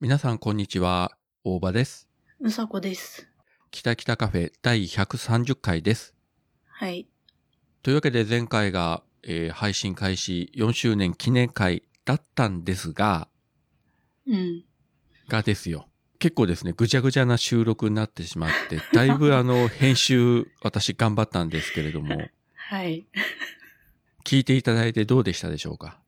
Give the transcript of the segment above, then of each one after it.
皆さん、こんにちは。大場です。うさこです。北北カフェ第130回です。はい。というわけで、前回が、えー配信開始4周年記念会だったんですが、うん。がですよ。結構ですね、ぐちゃぐちゃな収録になってしまって、だいぶあの、編集、私頑張ったんですけれども、はい。聞いていただいてどうでしたでしょうか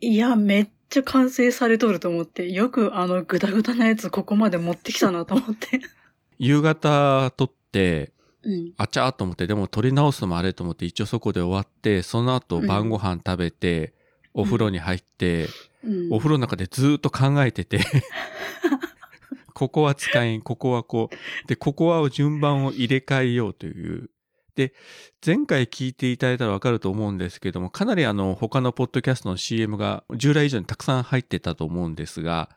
いや、めっちゃ完成されとると思って、よくあのグダグダなやつここまで持ってきたなと思って。夕方撮って、うん。あちゃーと思って、でも撮り直すのもあれと思って、一応そこで終わって、その後うん晩ご飯食べて、お風呂に入って、うん。お風呂の中でずーっと考えて て、ここは使えん、ここはこう。で、ここは順番を入れ替えようという。で、前回聞いていただいたらわかると思うんですけども、かなりあの、他のポッドキャストの CM が従来以上にたくさん入ってたと思うんですが、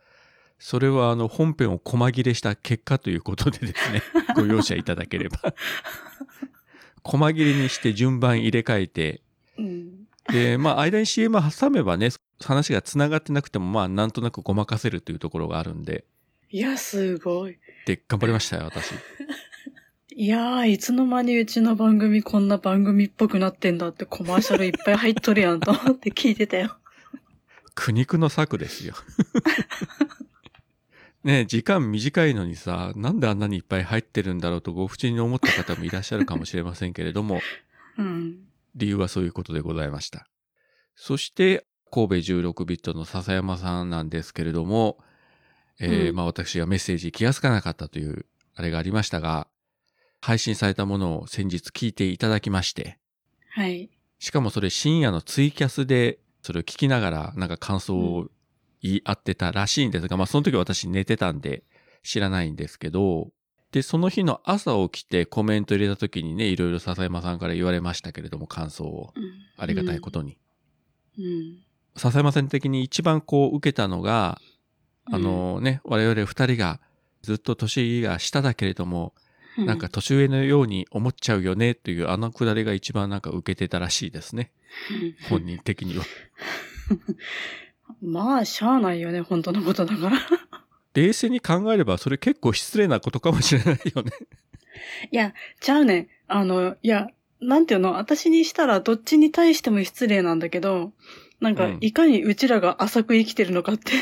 それはあの、本編を細切れした結果ということでです ね、ご容赦いただければ。細切れにして順番入れ替えて、うん。で、まあ、間に CM 挟めばね、話が繋がってなくても、まあ、なんとなくごまかせるというところがあるんで、いや、すごい。で、頑張りましたよ、私。いやー、いつの間にうちの番組こんな番組っぽくなってんだってコマーシャルいっぱい入っとるやんと思って聞いてたよ。苦肉の策ですよ。ねえ時間短いのにさ、なんであんなにいっぱい入ってるんだろうとご不知に思った方もいらっしゃるかもしれませんけれども、うん。理由はそういうことでございました。そして、神戸16ビットの笹山さんなんですけれども、えーうんまあ私がメッセージ気がつかなかったという、あれがありましたが、配信されたものを先日聞いていただきまして、はい。しかもそれ深夜のツイキャスで、それを聞きながら、なんか感想を言い合ってたらしいんですが、まあその時私寝てたんで知らないんですけど、で、その日の朝起きてコメント入れた時にね、いろいろ笹山さんから言われましたけれども、感想を。うんありがたいことに。うん。笹山さん的に一番こう受けたのが、あのね、我々二人がずっと年が下だけれども、うん、なんか年上のように思っちゃうよねというあのくだりが一番なんか受けてたらしいですね。うん、本人的には。まあ、しゃあないよね、本当のことだから。冷静に考えればそれ結構失礼なことかもしれないよ ね。いや、ちゃうねん。あの、いや、なんていうの、私にしたらどっちに対しても失礼なんだけど、なんか、うんいかにうちらが浅く生きてるのかって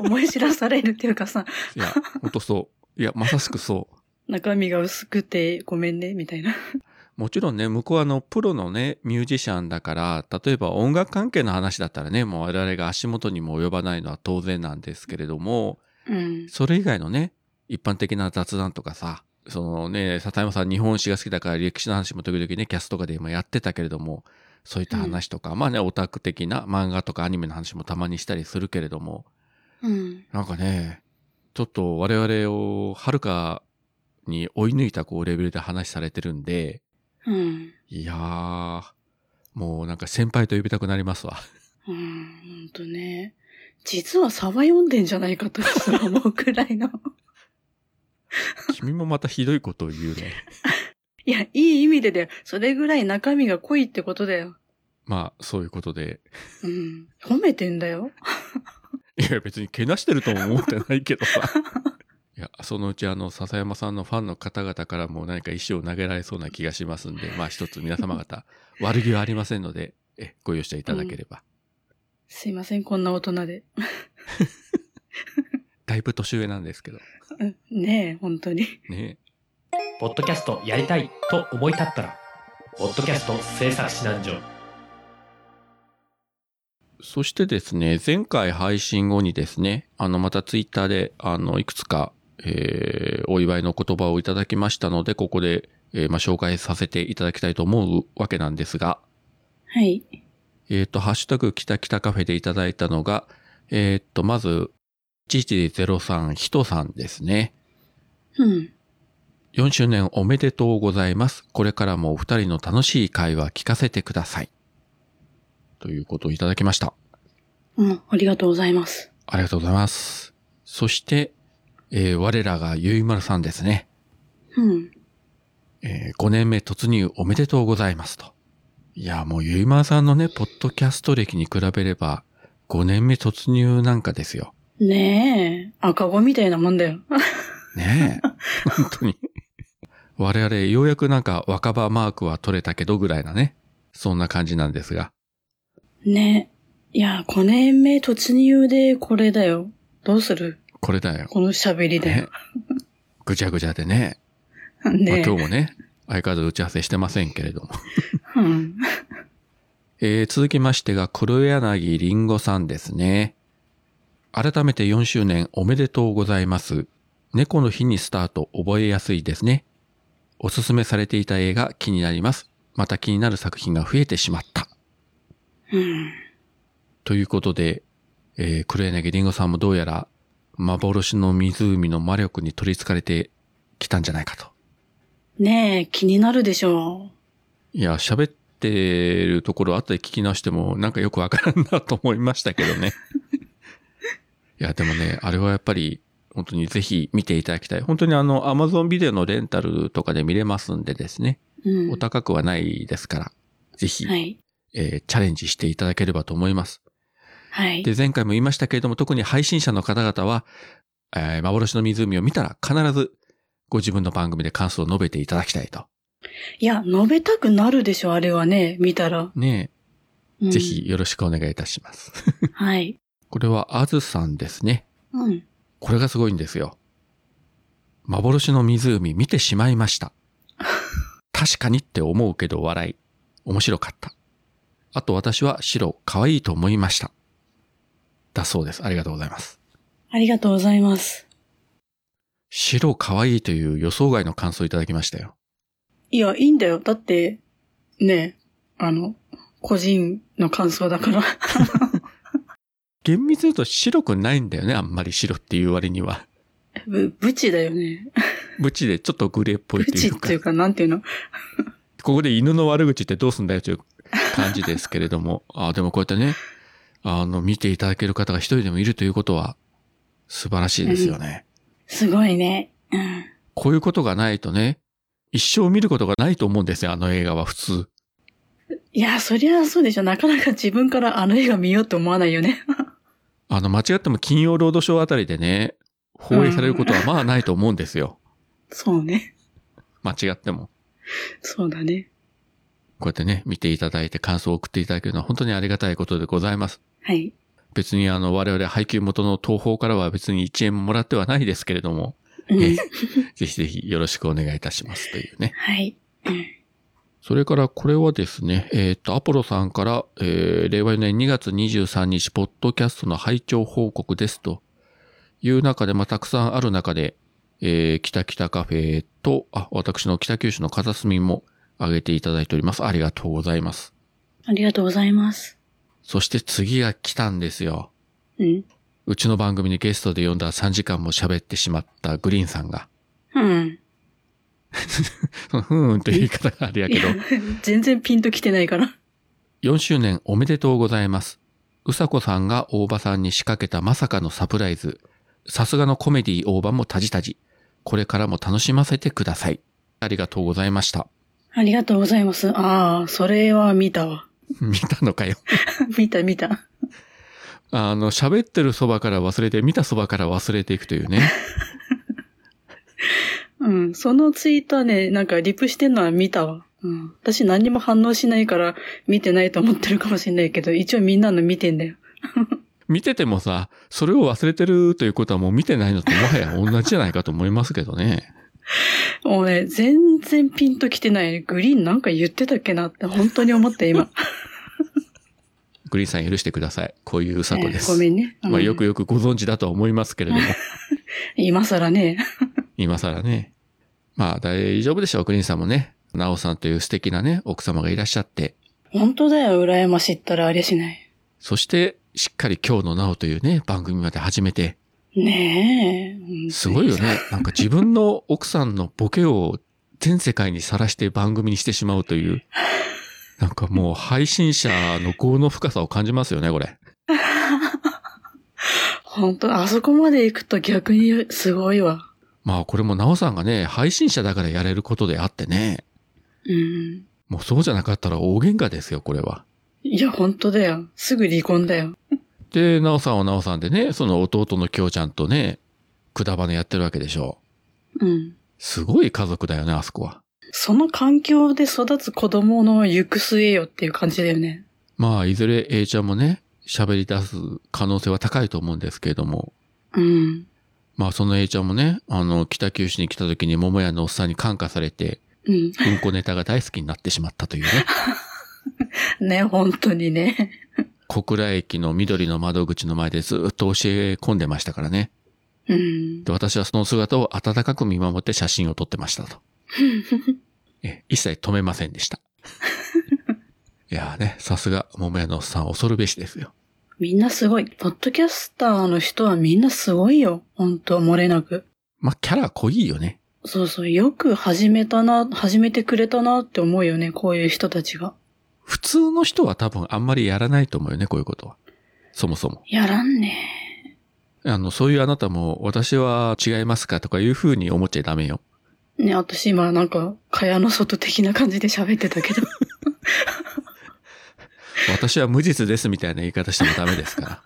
思い知らされるっていうかさ、いや、ほんとそう。いや、まさしくそう。中身が薄くてごめんね、みたいな。もちろんね、向こうはあの、プロのね、ミュージシャンだから、例えば音楽関係の話だったらね、もう我々が足元にも及ばないのは当然なんですけれども、うん。それ以外のね、一般的な雑談とかさ、そのね、笹山さん日本史が好きだから歴史の話も時々ね、キャストとかで今やってたけれども、そういった話とか、まあね、オタク的な漫画とかアニメの話もたまにしたりするけれども、うん。なんかね、ちょっと我々をはるかに追い抜いたこうレベルで話されてるんで、うん。いやー、もうなんか先輩と呼びたくなりますわ。うん、ほんとね。実はサバ読んでんじゃないかとすら思うくらいの。君もまたひどいことを言うね。いや、いい意味でだよ。それぐらい中身が濃いってことだよ。まあ、そういうことで。うん。褒めてんだよ。いや、別にけなしてるとも思ってないけどさ。いや、そのうちあの、笹山さんのファンの方々からも何か石を投げられそうな気がしますんで、まあ一つ皆様方、悪気はありませんので、え、ご容赦いただければ。すいません、こんな大人で。だいぶ年上なんですけど。うんねえ、本当に。ねポッドキャストやりたいと思い立ったら、ポッドキャスト制作指南所。そしてですね、前回配信後にですね、あの、またツイッターで、あの、いくつか、えーお祝いの言葉をいただきましたので、ここで、えーまあ、紹介させていただきたいと思うわけなんですが、はい。えっ、と、ハッシュタグ、きたきたカフェでいただいたのが、えっ、と、まず、1103ひとさんですね。うん。 4周年おめでとうございます。これからもお二人の楽しい会話聞かせてください。ということをいただきました。うん、ありがとうございます。ありがとうございます。そして、えー我らがゆいまるさんですね。うん。え5年目突入おめでとうございますと。いや、もうゆいまるさんのね、ポッドキャスト歴に比べれば、 5年目突入なんかですよ。ねえ、赤子みたいなもんだよ。 ねえ。本当に。我々、ようやくなんか若葉マークは取れたけどぐらいなね。そんな感じなんですが。ねえ。いや、5年目突入でこれだよ。どうするこれだよ。この喋りだねよ。。ぐちゃぐちゃでね。まあ、 ね今日もね、相変わらず打ち合わせしてませんけれども。え。うん。えー続きましてが黒柳りんごさんですね。改めて4周年おめでとうございます。猫の日にスタート覚えやすいですね。おすすめされていた映画気になります。また気になる作品が増えてしまった。うん。ということで、えー、黒柳りんごさんもどうやら幻の湖の魔力に取り憑かれてきたんじゃないかと。ねえ、気になるでしょいや、喋ってるところ後で聞き直してもなんかよくわからんなと思いましたけど ね。いや、でもね、あれはやっぱり本当にぜひ見ていただきたい。本当にあの Amazon ビデオのレンタルとかで見れますんでですね。う。うん。お高くはないですから、ぜひ、はい。えーチャレンジしていただければと思います。はい。で、前回も言いましたけれども、特に配信者の方々は、えー幻の湖を見たら必ずご自分の番組で感想を述べていただきたいと。いや、述べたくなるでしょ、あれはね、見たら。ねうんえ、ぜ。ひよろしくお願いいたします。はい。これはアズさんですね。うん。これがすごいんですよ。幻の湖見てしまいました。確かにって思うけど笑い。面白かった。あと私は白可愛いと思いました。だそうです。ありがとうございます。ありがとうございます。白可愛いという予想外の感想をいただきましたよ。いや、いいんだよ。だって、ねえ、あの、個人の感想だから。厳密に言うと白くないんだよね。あんまり白っていう割には。ぶ、ぶちだよね。ブチでちょっとグレーっぽいぶといちっうか。ていうか、なんていうのここで犬の悪口ってどうすんだよという感じですけれど も、あでもこうやってね、あの、見ていただける方が一人でもいるということは、素晴らしいですよね。すごいね。うん。こういうことがないとね、一生見ることがないと思うんですよ、あの映画は普通。いや、そりゃそうでしょ。なかなか自分からあの映画見ようと思わないよね。 あの、間違っても金曜ロードショーあたりでね、放映されることはまあないと思うんですよ。そうね。間違っても。そうだね。こうやってね、見ていただいて感想を送っていただけるのは本当にありがたいことでございます。はい。別にあの、我々配給元の東宝からは別に1円ももらってはないですけれども、うえんえ。ぜひぜひよろしくお願いいたしますというね。はい。それからこれはですね、えーっと、アポロさんから、えー令和4年2月23日、ポッドキャストの拝聴報告ですという中で、まあ、たくさんある中で、えー、北北カフェと、あ、私の北九州の片隅も挙げていただいております。ありがとうございます。ありがとうございます。そして次が来たんですよ。うん。うちの番組にゲストで呼んだ3時間も喋ってしまったグリーンさんが、うん。そのふーんという言い方があれやけどい、や 全然ピンときてないから。 4周年おめでとうございます。うさこさんが大場さんに仕掛けたまさかのサプライズ。さすがのコメディ大場もたじたじ。これからも楽しませてください。ありがとうございました。ありがとうございます。ああ、それは見たわ。 見たのかよ。見た見た。あの、喋ってるそばから忘れて、見たそばから忘れていくというね。うん。そのツイートはね、なんかリプしてんのは見たわ。うん。私何にも反応しないから見てないと思ってるかもしれないけど、一応みんなの見てんだよ。見ててもさ、それを忘れてるということはもう見てないのともはや同じじゃないかと思いますけどね。もうね、全然ピンときてない。グリーンなんか言ってたっけなって本当に思った 今。グリーンさん許してください。こういううさこです。ごめんね。まあようくん。よくご存知だとは思いますけれども。今更ね。今更ね。まあ大丈夫でしょう、クリーンさんもね。ナオさんという素敵なね、奥様がいらっしゃって。本当だよ、羨ましいったらありゃしない。そして、しっかり今日のナオというね、番組まで始めて。ねえ。すごいよね。ね。なんか自分の奥さんのボケを全世界にさらして番組にしてしまうという。なんかもう配信者の業の深さを感じますよね、これ。本当あそこまで行くと逆にすごいわ。まあこれもナオさんがね、配信者だからやれることであってね。うん。もうそうじゃなかったら大喧嘩ですよ、これは。いや、本当だよ。すぐ離婚だよ。で、なおさんはなおさんでね、その弟のきょうちゃんとね、くだばねやってるわけでしょうん。すごい家族だよね、あそこは。その環境で育つ子供の行く末よっていう感じだよね。まあ、いずれ A ちゃんもね、喋り出す可能性は高いと思うんですけれども、うん。まあ、その A ちゃんもね、あの、北九州に来た時に桃屋のおっさんに感化されて、うん。うんこネタが大好きになってしまったというね。ね、本当にね。小倉駅の緑の窓口の前でずっと教え込んでましたからね。うんで、。私はその姿を温かく見守って写真を撮ってましたと。え、一切止めませんでした。いやーね、さすが桃屋のおっさん恐るべしですよ。みんなすごい。ポッドキャスターの人はみんなすごいよ。本当漏れなく。まあ、キャラ濃いよね。そうそう。よく始めたな、始めてくれたなって思うよね。こういう人たちが。普通の人は多分あんまりやらないと思うよね、こういうことは。そもそも。やらんね。あの、そういうあなたも、私は違いますかとかいう風に思っちゃダメよ。ね、私今なんか、蚊帳の外的な感じで喋ってたけど。 私は無実ですみたいな言い方してもダメですから。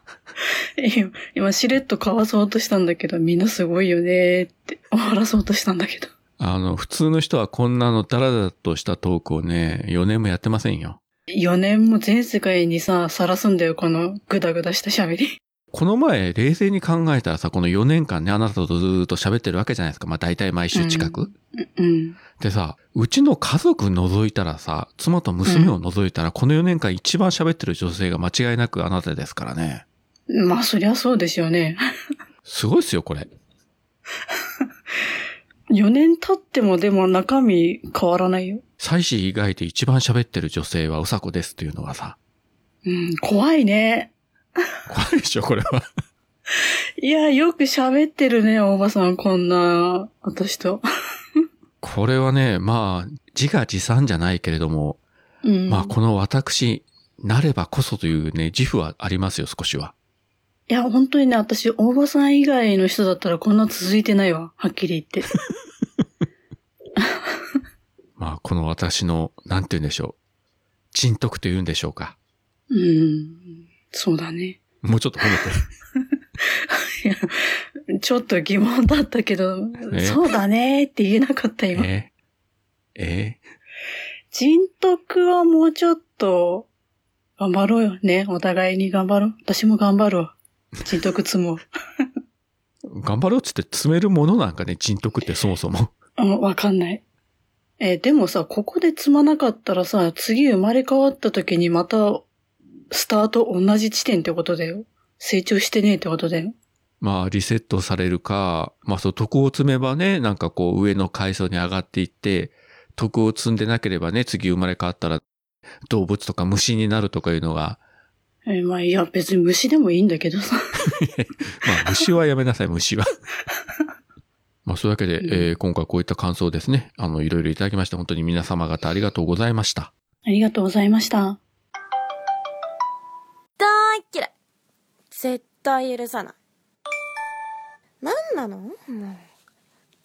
今、今しれっとかわそうとしたんだけど、みんなすごいよねーって終わらそうとしたんだけど。あの、普通の人はこんなのダラダラとしたトークをね、4年もやってませんよ。 4年も全世界にさ、さらすんだよ、このグダグダした喋り。この前、冷静に考えたらさ、この4年間ね、あなたとずーっと喋ってるわけじゃないですか。まあ大体毎週近く。うん。でさ、うちの家族覗いたらさ、妻と娘を覗いたら、この4年間一番喋ってる女性が間違いなくあなたですからね。まあ、そりゃそうですよね。すごいっすよ、これ。 4年経ってもでも中身変わらないよ。妻子以外で一番喋ってる女性はうさこですというのがさ、うん、怖いね。怖いでしょ、これは。いや、よく喋ってるね、おばさん、こんな、私と。これはね、まあ、自画自賛じゃないけれども、うん。まあ、この私、なればこそというね、自負はありますよ、少しは。いや、本当にね、私、大場さん以外の人だったらこんな続いてないわ。はっきり言って。まあ、この私の、なんて言うんでしょう。人徳と言うんでしょうか。うん。そうだね。もうちょっと褒めて。ちょっと疑問だったけどえ、そうだねって言えなかった今。えええ人徳はもうちょっと、頑張ろうよね。お互いに頑張ろう。私も頑張るわ。人徳積もう。頑張ろうっつって詰めるものなんかね、人徳ってそもそも。 うん、わかんない。えーでもさ、ここで積まなかったらさ、次生まれ変わった時にまた、スタート同じ地点ってことだよ。成長してねえってことだよ。まあ、リセットされるか、まあ、そう、徳を積めばね、なんかこう、上の階層に上がっていって、徳を積んでなければね、次生まれ変わったら、動物とか虫になるとかいうのが、えーまあ、いや、別に虫でもいいんだけどさ。 まあ、虫はやめなさい、虫は。 まあ、そういうわけで、うんえー今回こういった感想をですね、あの、いろいろいただきまして、本当に皆様方ありがとうございました。ありがとうございました。大っ嫌い絶対許さない何なのもう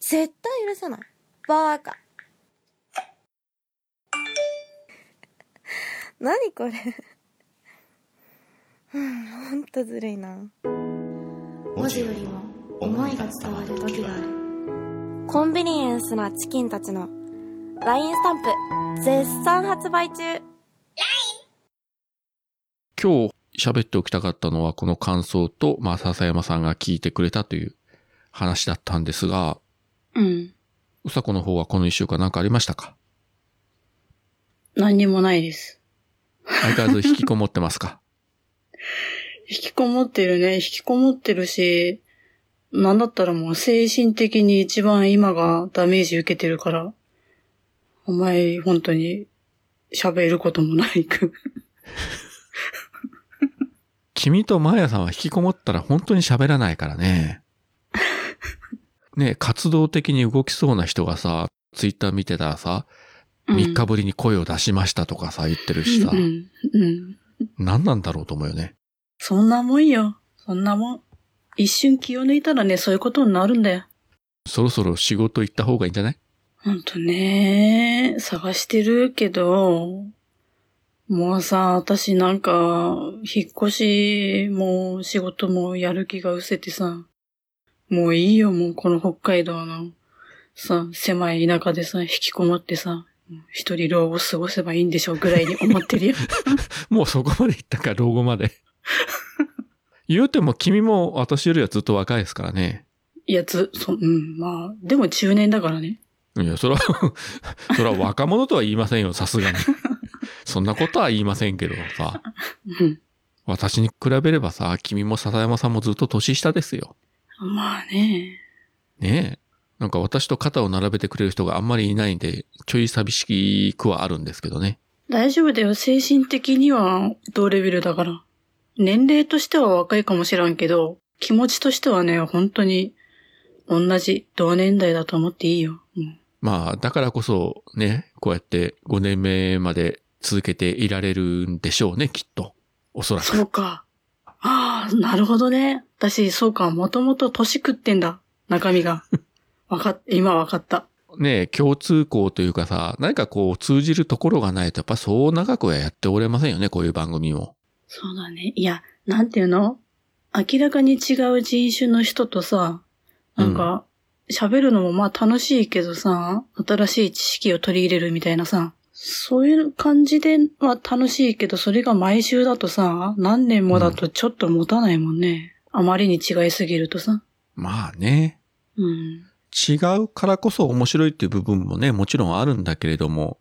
絶対許さないバーカ 何これうんほんとずるいな文字よりも思いが伝わる時があるコンビニエンスなチキンたちの LINE スタンプ絶賛発売中今日喋っておきたかったのは、この感想と、まあ、笹山さんが聞いてくれたという話だったんですが、うん。うさこの方はこの一週間何かありましたか何にもないです。相変わらず引きこもってますか 引きこもってるね。引きこもってるし、なんだったらもう精神的に一番今がダメージ受けてるから、お前、本当に喋ることもないく。君とマーヤさんは引きこもったら本当に喋らないからね。ねえ活動的に動きそうな人がさ、ツイッター見てたらさ、うん3日ぶりに声を出しましたとかさ、言ってるしさう、ん。うん。何なんだろうと思うよね。そんなもんよ。そんなもん。一瞬気を抜いたらね、そういうことになるんだよ。そろそろ仕事行った方がいいんじゃないほんとね、探してるけど、もうさ、私なんか、引っ越しも仕事もやる気が失せてさ、もういいよ、もうこの北海道の、さ、狭い田舎でさ、引きこもってさ、一人老後過ごせばいいんでしょうぐらいに思って るよ。もうそこまで行ったか、老後まで。言うても君も私よりはずっと若いですからね。いや、つ、そ、うん、まあ、でも中年だからね。いや、それは、 それは若者とは言いませんよ、さすがに。そんなことは言いませんけどさ、うん。私に比べればさ、君も笹山さんもずっと年下ですよ。まあね。ねえ。なんか私と肩を並べてくれる人があんまりいないんで、ちょい寂しくはあるんですけどね。大丈夫だよ。精神的には同レベルだから。年齢としては若いかもしらんけど、気持ちとしてはね、本当に同じ同年代だと思っていいよ。うん、まあ、だからこそね、こうやって5年目まで続けていられるんでしょうね、きっと。おそらく。そうか。ああ、なるほどね。私、そうか。もともと年食ってんだ。中身が。わかっ、今わかった。ね、共通項というかさ、何かこう通じるところがないと、やっぱそう長くはやっておれませんよね、こういう番組も。そうだね。いや、なんていうの明らかに違う人種の人とさ、なんか、喋るのもまあ楽しいけどさ、新しい知識を取り入れるみたいなさ、そういう感じでは楽しいけど、それが毎週だとさ、何年もだとちょっと持たないもんね。あまりに違いすぎるとさ。まあね、うん。違うからこそ面白いっていう部分もね、もちろんあるんだけれども、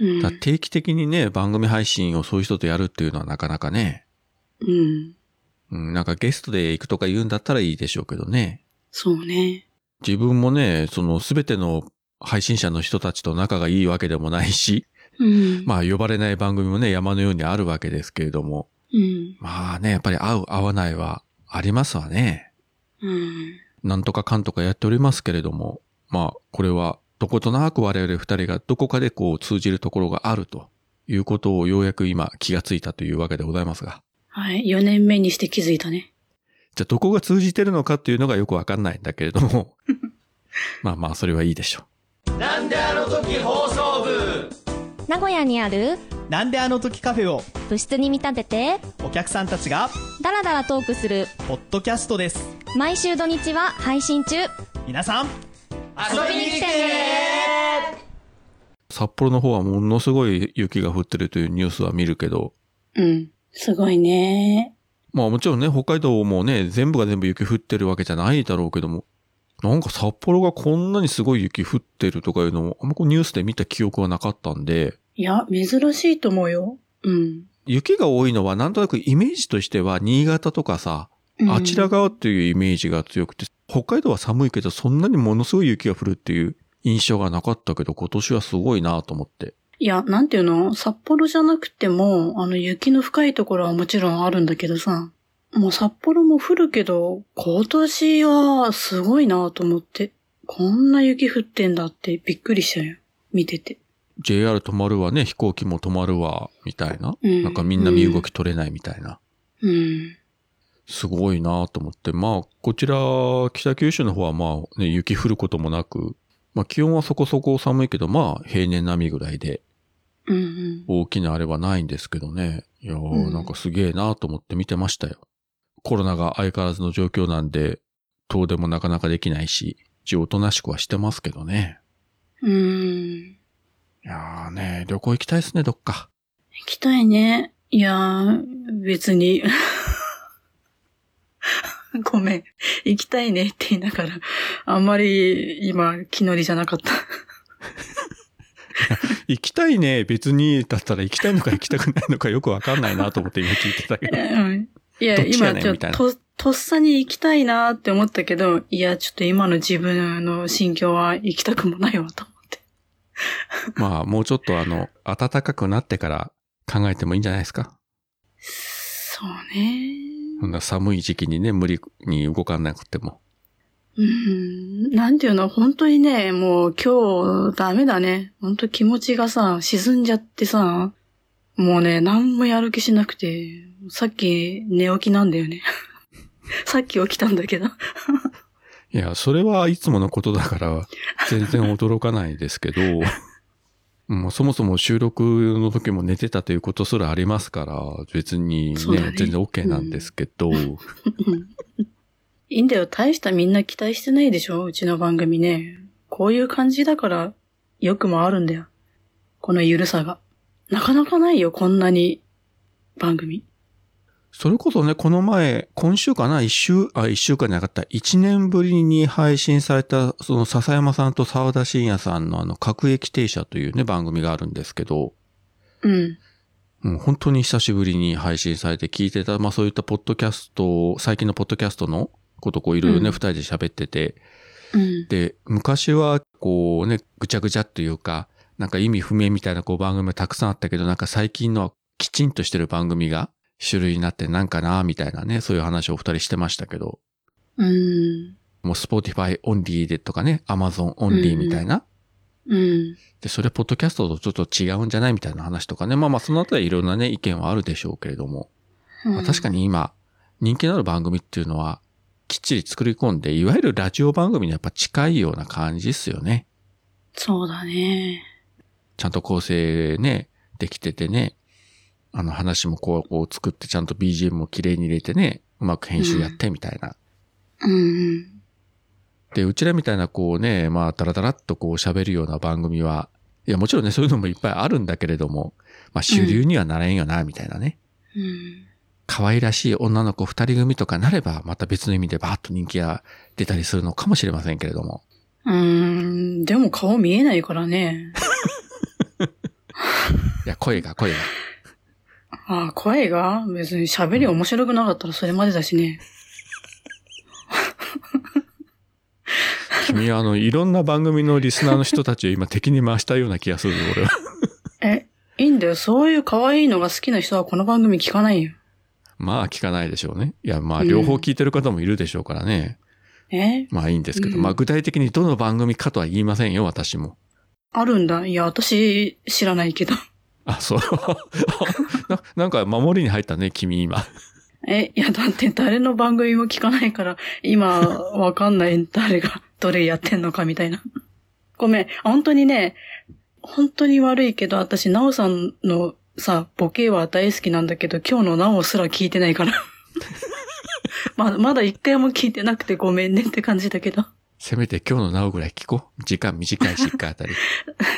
うんただ。定期的にね、番組配信をそういう人とやるっていうのはなかなかね、うん。うん、なんかゲストで行くとか言うんだったらいいでしょうけどね。そうね。自分もね、その全ての配信者の人たちと仲がいいわけでもないし、うん。まあ呼ばれない番組もね、山のようにあるわけですけれども、うん。まあね、やっぱり合う合わないはありますわね。うん。なんとかかんとかやっておりますけれども、まあこれはどことなく我々二人がどこかでこう通じるところがあるということをようやく今気がついたというわけでございますが、はい。4年目にして気づいたね。じゃあどこが通じてるのかっていうのがよくわかんないんだけれども、まあまあそれはいいでしょう。名古屋にあるなんであの時カフェを部室に見立ててお客さんたちがダラダラトークするポッドキャストです毎週土日は配信中皆さん遊びに来てね札幌の方はものすごい雪が降ってるというニュースは見るけど、うん。すごいね。まあもちろんね、北海道もね、全部が全部雪降ってるわけじゃないだろうけども、なんか札幌がこんなにすごい雪降ってるとかいうのも、あんまこうニュースで見た記憶はなかったんで、いや、珍しいと思うよ。うん。雪が多いのはなんとなくイメージとしては新潟とかさ、うんあちら。側っていうイメージが強くて、北海道は寒いけどそんなにものすごい雪が降るっていう印象がなかったけど、今年はすごいなと思って。いや、なんていうの札幌じゃなくても、あの、雪の深いところはもちろんあるんだけどさ。もう札幌も降るけど、今年はすごいなと思って。こんな雪降ってんだってびっくりしたよ。見てて。 JR 止まるわね、飛行機も止まるわ、みたいな。うんなんかみんな身動き取れないみたいな。うん。すごいなと思って。まあ、こちら、北九州の方はまあ、ね、雪降ることもなく、まあ気温はそこそこ寒いけど、まあ平年並みぐらいでうんうん。大きなあれはないんですけどね。いやー、うんなんかすげえなと思って見てましたよ。コロナが相変わらずの状況なんで、遠出もなかなかできないし、一応おとなしくはしてますけどね。うん。いやーね、旅行行きたいですね、どっか。行きたいね。いやー、別に。 ごめん。行きたいねって言いながら、あんまり今、気乗りじゃなかった。 行きたいね、別に、だったら行きたいのか行きたくないのかよくわかんないなと思って今聞いてたけど。うんいや、どっちや今ねんちょっみたといなと、とっさに行きたいなーって思ったけど、いや、ちょっと今の自分の心境は行きたくもないわと思って。まあ、もうちょっとあの、暖かくなってから考えてもいいんじゃないですか。そうね。そんな寒い時期にね、無理に動かなくても。うん、なんていうの、本当にね、もう今日ダメだね。本当気持ちがさ、沈んじゃってさ、もうね、何もやる気しなくて、さっき寝起きなんだよね。 さっき起きたんだけど。 いや、それはいつものことだから、全然驚かないですけど、うんもうそもそも収録の時も寝てたということすらありますから、別にね、そうだね全然 OK なんですけど、いいんだよ。大したみんな期待してないでしょうちの番組ね。こういう感じだから、よくもあるんだよ。このゆるさが。なかなかないよ、こんなに。番組。それこそね、この前、今週かな、一週、あ、一週間じゃなかった、一年ぶりに配信された、その笹山さんと沢田信也さんのあの、各駅停車というね、番組があるんですけど、うん。うん、本当に久しぶりに配信されて聞いてた、まあそういったポッドキャストを、最近のポッドキャストのことこういろいろね、う二、人んで喋ってて、うん。で、昔はこうね、ぐちゃぐちゃっていうか、なんか意味不明みたいなこう番組もたくさんあったけど、なんか最近のはきちんとしてる番組が種類になってなんかな、みたいなね、そういう話をお二人してましたけど、うん。もう Spotify オンリーでとかね、Amazon オンリーみたいな。うん。で、それポッドキャストとちょっと違うんじゃないみたいな話とかね。まあまあそのあたりいろんなね、意見はあるでしょうけれども。まあ、確かに。に今、人気のある番組っていうのは、きっちり作り込んで、いわゆるラジオ番組にやっぱ近いような感じですよね。そうだね。ちゃんと構成ね、できててね、あの話もこう、こう作って、ちゃんと BGM も綺麗に入れてね、うまく編集やってみたいな。うん。で、うちらみたいなこうね、まあ、ダラダラっとこう喋るような番組は、いや、もちろんね、そういうのもいっぱいあるんだけれども、まあ、主流にはなれんよな、みたいなね。うん。可愛らしい女の子二人組とかなれば、また別の意味でバーッと人気が出たりするのかもしれませんけれども。うん。でも顔見えないからね。いや、声が、声が。ああ、声が別に喋り面白くなかったらそれまでだしね。 君はあの、いろんな番組のリスナーの人たちを今敵に回したような気がする、俺は。え、いいんだよ。そういう可愛いのが好きな人はこの番組聞かないよ。まあ、聞かないでしょうね。いや、まあ、両方聞いてる方もいるでしょうからね。えまあ、いいんですけど、うんまあ、具体的にどの番組かとは言いませんよ、私も。あるんだ。いや、私知らないけど。あ、そう。 ななんか、守りに入ったね、君今。え、いや、だって誰の番組も聞かないから、今、わかんない誰が、どれやってんのかみたいな。ごめん。本当にね、本当に悪いけど、私、なおさんのさ、ボケは大好きなんだけど、今日のなおすら聞いてな いから。まだ、まだ一回も聞いてなくてごめんねって感じだけど。せめて今日のなおぐらい聞こう。時間短いし、1回あたり。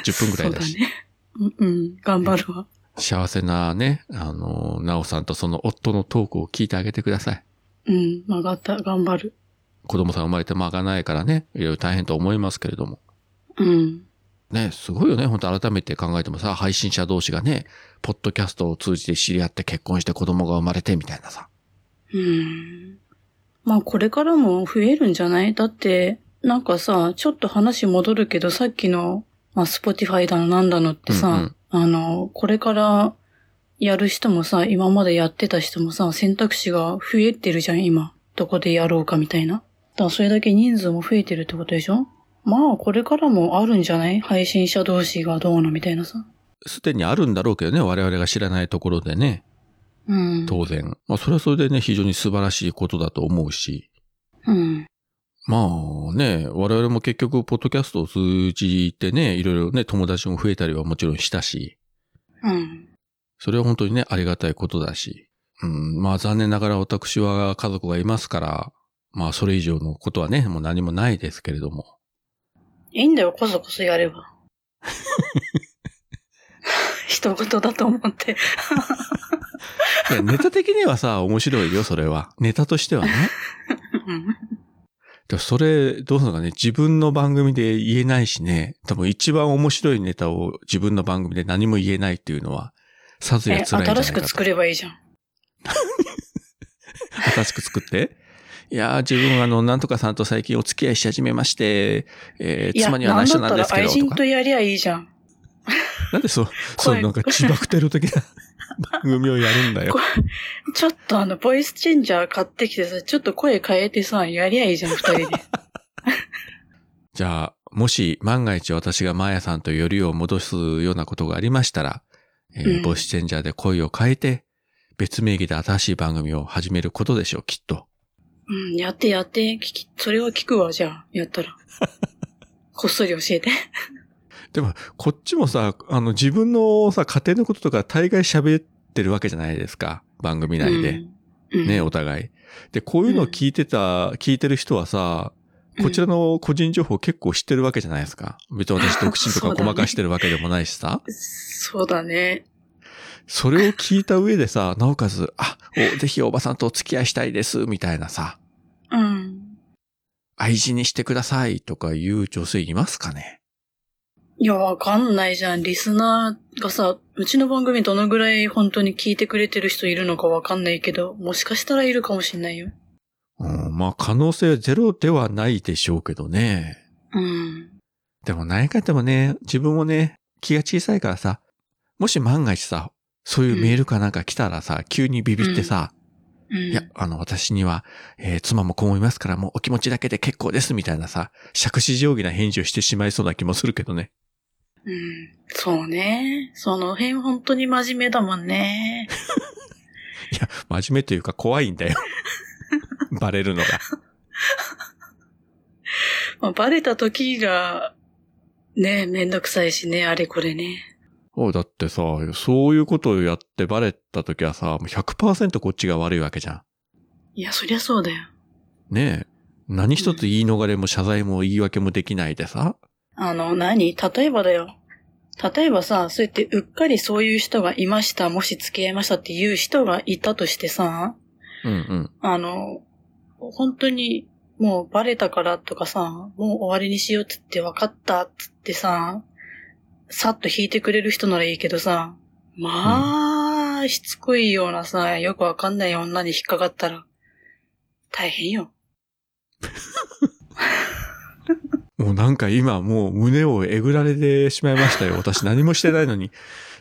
10分ぐらいだしそう。ね。うんうん、頑張るわ。幸せなね、あの、なおさんとその夫のトークを聞いてあげてください。うん、曲がった、頑張る。子供さん生まれて間がないからね、いろいろ大変と思いますけれども。うん。ね、すごいよね。本当改めて考えてもさ、配信者同士がね、ポッドキャストを通じて知り合って結婚して子供が生まれてみたいなさ。うん。まあこれからも増えるんじゃないだって、なんかさ、ちょっと話戻るけど、さっきの、まあ、スポティファイだのなんだのってさ、うんうんあの、これからやる人もさ、今までやってた人もさ、選択肢が増えてるじゃん、今。どこでやろうかみたいな。だからそれだけ人数も増えてるってことでしょまあこれからもあるんじゃない配信者同士がどうのみたいなさ。すでにあるんだろうけどね、我々が知らないところでね、うん。当然。まあ、それはそれでね、非常に素晴らしいことだと思うし。うん。まあね、我々も結局、ポッドキャストを通じてね、いろいろね、友達も増えたりはもちろんしたし、うん。それは本当にね、ありがたいことだし。うん、まあ残念ながら私は家族がいますから、まあそれ以上のことはね、もう何もないですけれども。いいんだよ、こそこそやれば。 一言だと思って。いや、ネタ的にはさ、面白いよ、それは。ネタとしてはね。うんでもそれ、どうするのかね、自分の番組で言えないしね、多分一番面白いネタを自分の番組で何も言えないっていうのは、さぞやえ、辛いんじゃないかと新しく作ればいいじゃん。新しく作って。いやー、自分はあの、なんとかさんと最近お付き合いし始めまして、えー、いや妻には内緒なんですけど、だったら愛と人かと。やりゃいいじゃん。なんでそう、そう、なんか自爆テロ的な 番組をやるんだよ。ちょっとあの、ボイスチェンジャー買ってきてさ、ちょっと声変えてさ、やりゃいいじゃん、二人 で。じゃあ、もし万が一私がマーヤさんとよりを戻すようなことがありましたら、えーうんボイスチェンジャーで声を変えて、別名義で新しい番組を始めることでしょう、きっと。うん、やって やって、聞き、それは聞くわ、じゃあ、やったら。こっそり教えて。でも、こっちもさ、あの、自分のさ、家庭のこととか大概喋ってるわけじゃないですか。番組内で。うん。ね、お互い。で、こういうのを聞いてた、聞いてる人はさ、こちらの、の個人情報結構知ってるわけじゃないですか。別に私独身とそかうだごねまかしてるわけでもないしさ。そうだね。それを聞いた上でさ、なおかつ、あ、おぜひおばさんとお付き合いしたいです、みたいなさ、うん。愛人にしてくださいとかいう女性いますかねいや、わかんないじゃん。リスナーがさ、うちの番組どのぐらい本当に聞いてくれてる人いるのかわかんないけど、もしかしたらいるかもしんないよ。うん、まあ可能性はゼロではないでしょうけどね。うん。でも何回でもね、自分もね、気が小さいからさ、もし万が一さ、そういうメールかなんか来たらさ、急にビビってさ、うん。いや、あの、私には、えー妻も子もいますから、もうお気持ちだけで結構です、みたいなさ、尺子定規な返事をしてしまいそうな気もするけどね。うん。そうね。その辺本当に真面目だもんね。 いや、真面目というか怖いん だよ。バレるのが。まあ、バレた時が、ね、めんどくさいしね、あれこれね。おいだってさ、そういうことをやってバレた時はさ、もう100%こっちが悪いわけじゃいや、そりゃそうだよ。ん。ねえ。何一つ言い逃れも謝罪も言い訳もできないでさ。あの、何例えばだよ。例えばさ、そうやってうっかりそういう人がいました、もし付き合いましたっていう人がいたとしてさ、うんうん。あの、本当にもうバレたからとかさ、もう終わりにしようっつって分かったっつってさ、さっと引いてくれる人ならいいけどさ、まあ、しつこいようなさ、よくわかんない女に引っかかったら、大変よ。もうなんか今もう胸をえぐられてしまいましたよ。私何もしてないのに。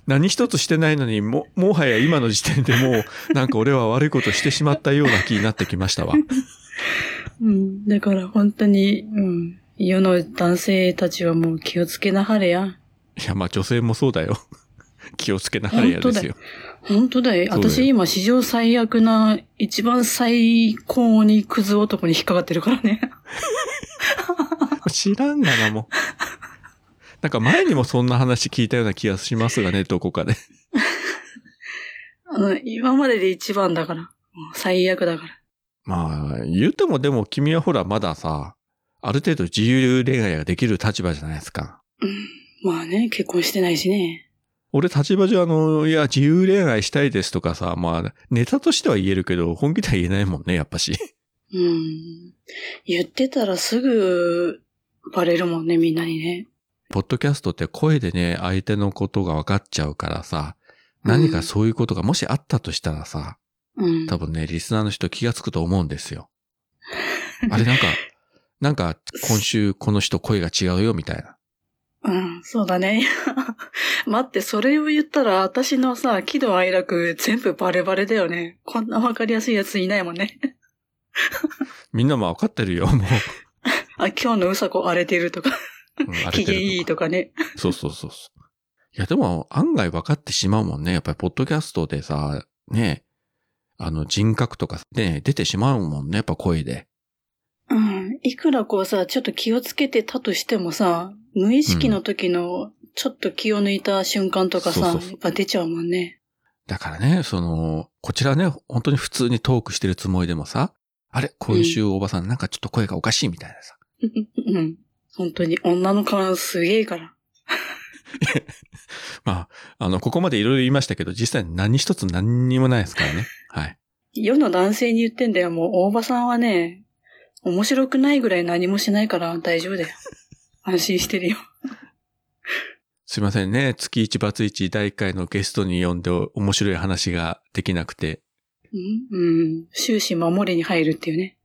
何一つしてないのに、も、もはや今の時点でもう、なんか俺は悪いことしてしまったような気になってきましたわ。うん、だから本当に、うん、世の男性たちはもう気をつけなはれや。いや、まあ女性もそうだよ。気をつけなはれやですよ。本当だよ。そうだよ私今史上最悪な、一番最高にクズ男に引っかかってるからね。知らんがな、もう。なんか前にもそんな話聞いたような気がしますがね、どこかで。あの、今までで一番だから。もう最悪だから。まあ、言うてもでも君はほらまださ、ある程度自由恋愛ができる立場じゃないですか。うん。まあね、結婚してないしね。俺立場上あの、いや、自由恋愛したいですとかさ、まあ、ネタとしては言えるけど、本気では言えないもんね、やっぱし。 うん。言ってたらすぐ、バレるもんね、みんなにね。ポッドキャストって声でね、相手のことが分かっちゃうからさ、何かそういうことがもしあったとしたらさ、うん。多分ね、リスナーの人気がつくと思うんですよ。あれなんか、なん か今週この人声が違うよみたいな。うん、そうだね。 待って、それを言ったら、私のさ、喜怒哀楽、全部バレバレだよね。こんなわかりやすいやついないもんね。みんなも分かってるよ、もあ、今日のうさこ荒れてるとか、う。うん荒 機れて嫌るいいとかね。そうそうそうそう。いや、でも案外分かってしまうもんね。やっぱりポッドキャストでさ、ね、あの人格とかね、出てしまうもんね、やっぱ声で。うん、いくらこうさ、ちょっと気をつけてたとしてもさ、無意識の時の、ちょっと気を抜いた瞬間とかそさ、うそうそうやっぱ出ちゃうもんね。だからね、その、こちらね、本当に普通にトークしてるつもりでもさ、あれ今週おばさんなんかちょっと声がおかしいみたいなさ。うん。本当に、女の顔すげえから。まあ、あの、ここまでいろいろ言いましたけど、実際何一つ何にもないですからね。はい。世の男性に言ってんだよ、もう、大場さんはね、面白くないぐらい何もしないから大丈夫だ よ。安心してるよ。すいませんね。月1バツ1第1回のゲストに呼んで面白い話ができなくて。うん、うん、終始守りに入るっていうね。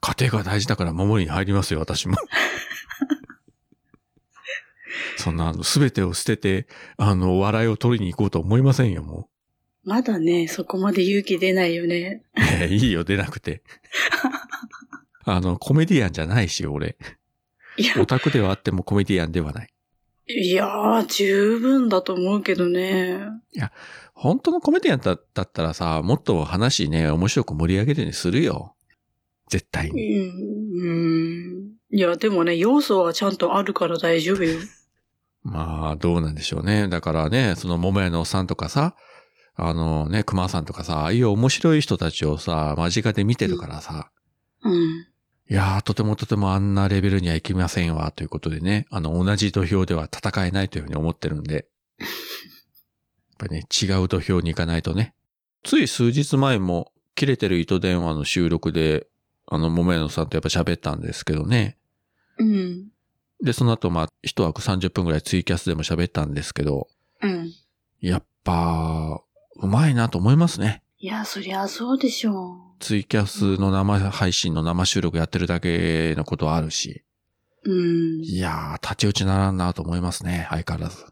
家庭が大事だから守りに入りますよ、私も。そんな、あの、すべてを捨てて、あの、笑いを取りに行こうと思いませんよ、もまだね、そこまで勇気出ないよね。う。ねえいいよ、出なくて。あの、コメディアンじゃないし、俺。いやオ、タクではあってもコメディアンではない。いやー、十分だと思うけどね。本当のコメディアンだだったらさ、もっと話ね、面白く盛り上げるようにするよ。絶対うん、に。うん、いや、でもね、要素はちゃんとあるから大丈夫よ。まあ、どうなんでしょうね。だからね、その桃屋のおっさんとかさ、あのね、熊さんとかさ、ああいう面白い人たちをさ、間近で見てるからさ、うん。いやー、とてもとてもあんなレベルにはいきませんわ、ということでね、あの、同じ土俵では戦えないというふうに思ってるんで、やっぱりね、違う土俵に行かないとね。つい数日前も、切れてる糸電話の収録で、あの、桃屋のおっさんとやっぱ喋ったんですけどね、うん。で、その後、まあ、一枠30分ぐらいツイキャスでも喋ったんですけど、うん。やっぱ、うまいなと思いますね。いや、そりゃそうでしょツイキャスの生配信の生収録やってるだけのことはあるし。う。うん。いやー、立ち打ちならんなと思いますね、相変わらず。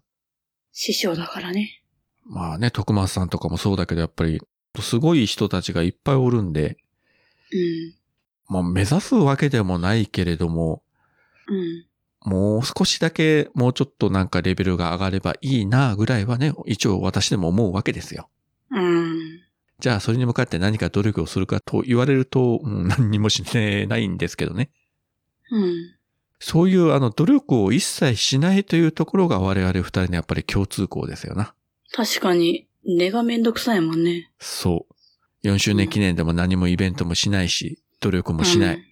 師匠だからね。まあね、徳松さんとかもそうだけど、やっぱり、すごい人たちがいっぱいおるんで、うん。まあ目指すわけでもないけれども、うん。もう少しだけ、もうちょっとなんかレベルが上がればいいなぐらいはね、一応私でも思うわけですよ。うん。じゃあ、それに向かって何か努力をするかと言われると、うん何にもしてないんですけどね。うん。そういう、あの、努力を一切しないというところが我々二人のやっぱり共通項ですよな。確かに、根がめんどくさいもんね。そう。4周年記念でも何もイベントもしないし、努力もしない。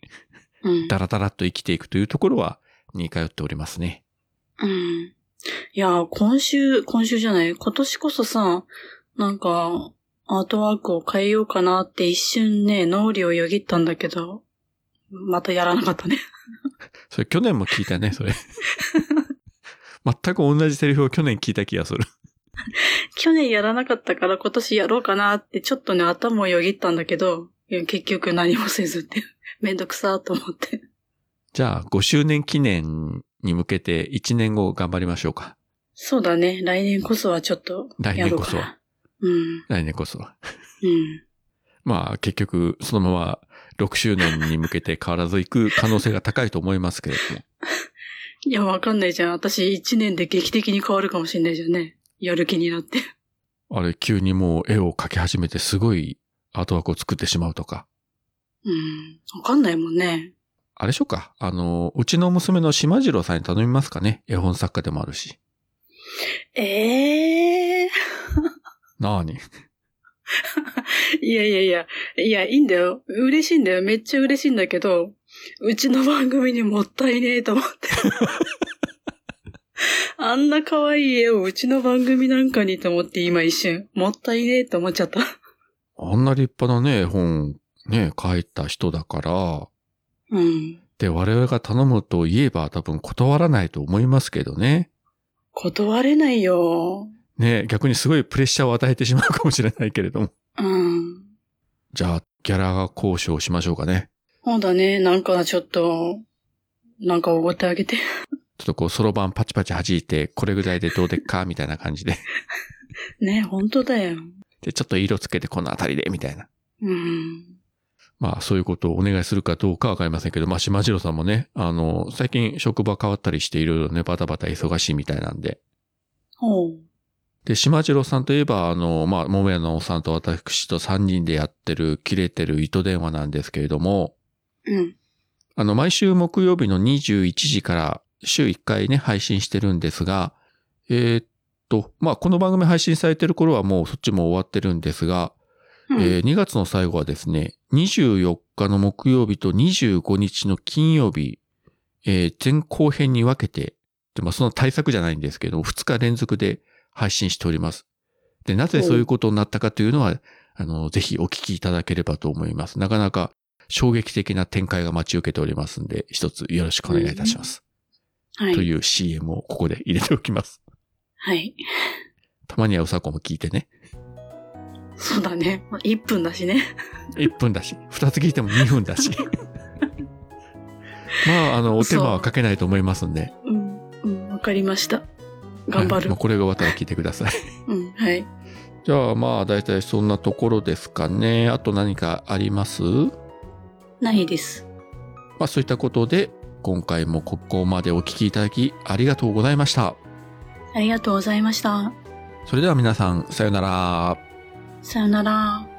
うん。うん。ダラダラっと生きていくというところは、似通っておりますね。うん。いや、今週、今週じゃない、今年こそさ、なんか、アートワークを変えようかなって一瞬ね、脳裏をよぎったんだけど、またやらなかったね。それ去年も聞いたね、そ れ。全く同じセリフを去年聞いた気がする。去年やらなかったから今年やろうかなってちょっとね、頭をよぎったんだけど、いや結局何もせずって、 めんどくさーと思って。じゃあ、5周年記念に向けて1年後頑張りましょうか。そうだね、来年こそはちょっと、来や年ろうこかそはな。うん、来年こそは。うん。まあ結局そのまま6周年に向けて変わらず行く可能性が高いと思いますけれども。いや、わかんないじゃん。私一年で劇的に変わるかもしんないじゃんね。やる気になって。あれ急にもう絵を描き始めてすごいアートワークを作ってしまうとか。うん。わかんないもんね。あれしょうか。あの、うちの娘の島次郎さんに頼みますかね。絵本作家でもあるし。ええなあに。いやいやいや。いや、いいんだよ。嬉しいんだよ。めっちゃ嬉しいんだけど、うちの番組にもったいねえと思 って。あんな可愛い絵をうちの番組なんかにと思って今一瞬、もったいねえと思っちゃった。あんな立派なね、絵本ね、描いた人だから。うん。で、我々が頼むと言えば多分断らないと思いますけどね。断れないよ。ね、逆にすごいプレッシャーを与えてしまうかもしれないけれども。 うん。じゃあ、ギャラ交渉しましょうかね。そうだね。なんかちょっと、なんかおごってあげて。ちょっとこう、そろばんパチパチ弾いて、これぐらいでどうでっかみたいな感じで。 ね、本当だよ。で、ちょっと色つけてこのあたりで、みたいな。うん。まあ、そういうことをお願いするかどうかわかりませんけど、まあ、島次郎さんもね、あの、最近職場変わったりして、いろいろね、バタバタ忙しいみたいなんで。ほう。で、島次郎さんといえば、あの、まあ、桃屋のおっさんと私と3人でやってる、切れてる糸電話なんですけれども、うん。あの、毎週木曜日の21時から週1回ね、配信してるんですが、えーっと、まあ、この番組配信されてる頃はもうそっちも終わってるんですが、うんえー2月の最後はですね、24日の木曜日と25日の金曜日、えー前後編に分けて、でまあ、その対策じゃないんですけど、2日連続で配信しております。で、なぜそういうことになったかというのは、あの、ぜひお聞きいただければと思います。なかなか衝撃的な展開が待ち受けておりますんで、一つよろしくお願いいたします。はとい。いう CM をここで入れておきます。はい。たまにはうさこも聞いてね。そうだね。まあ1分だしね。 1分だし、2つ聞いても2分 だし。まあ、あの、お手間はかけないと思いますんで。うん。うん。わかりました。頑張はいるもう。これが終わったら聞いてください。 うん。はい。じゃあまあ、だいたいそんなところですかね。あと何かありますないです。まあそういったことで、今回もここまでお聞きいただきありがとうございました。ありがとうございました。それでは皆さん、さようなら。さよなら。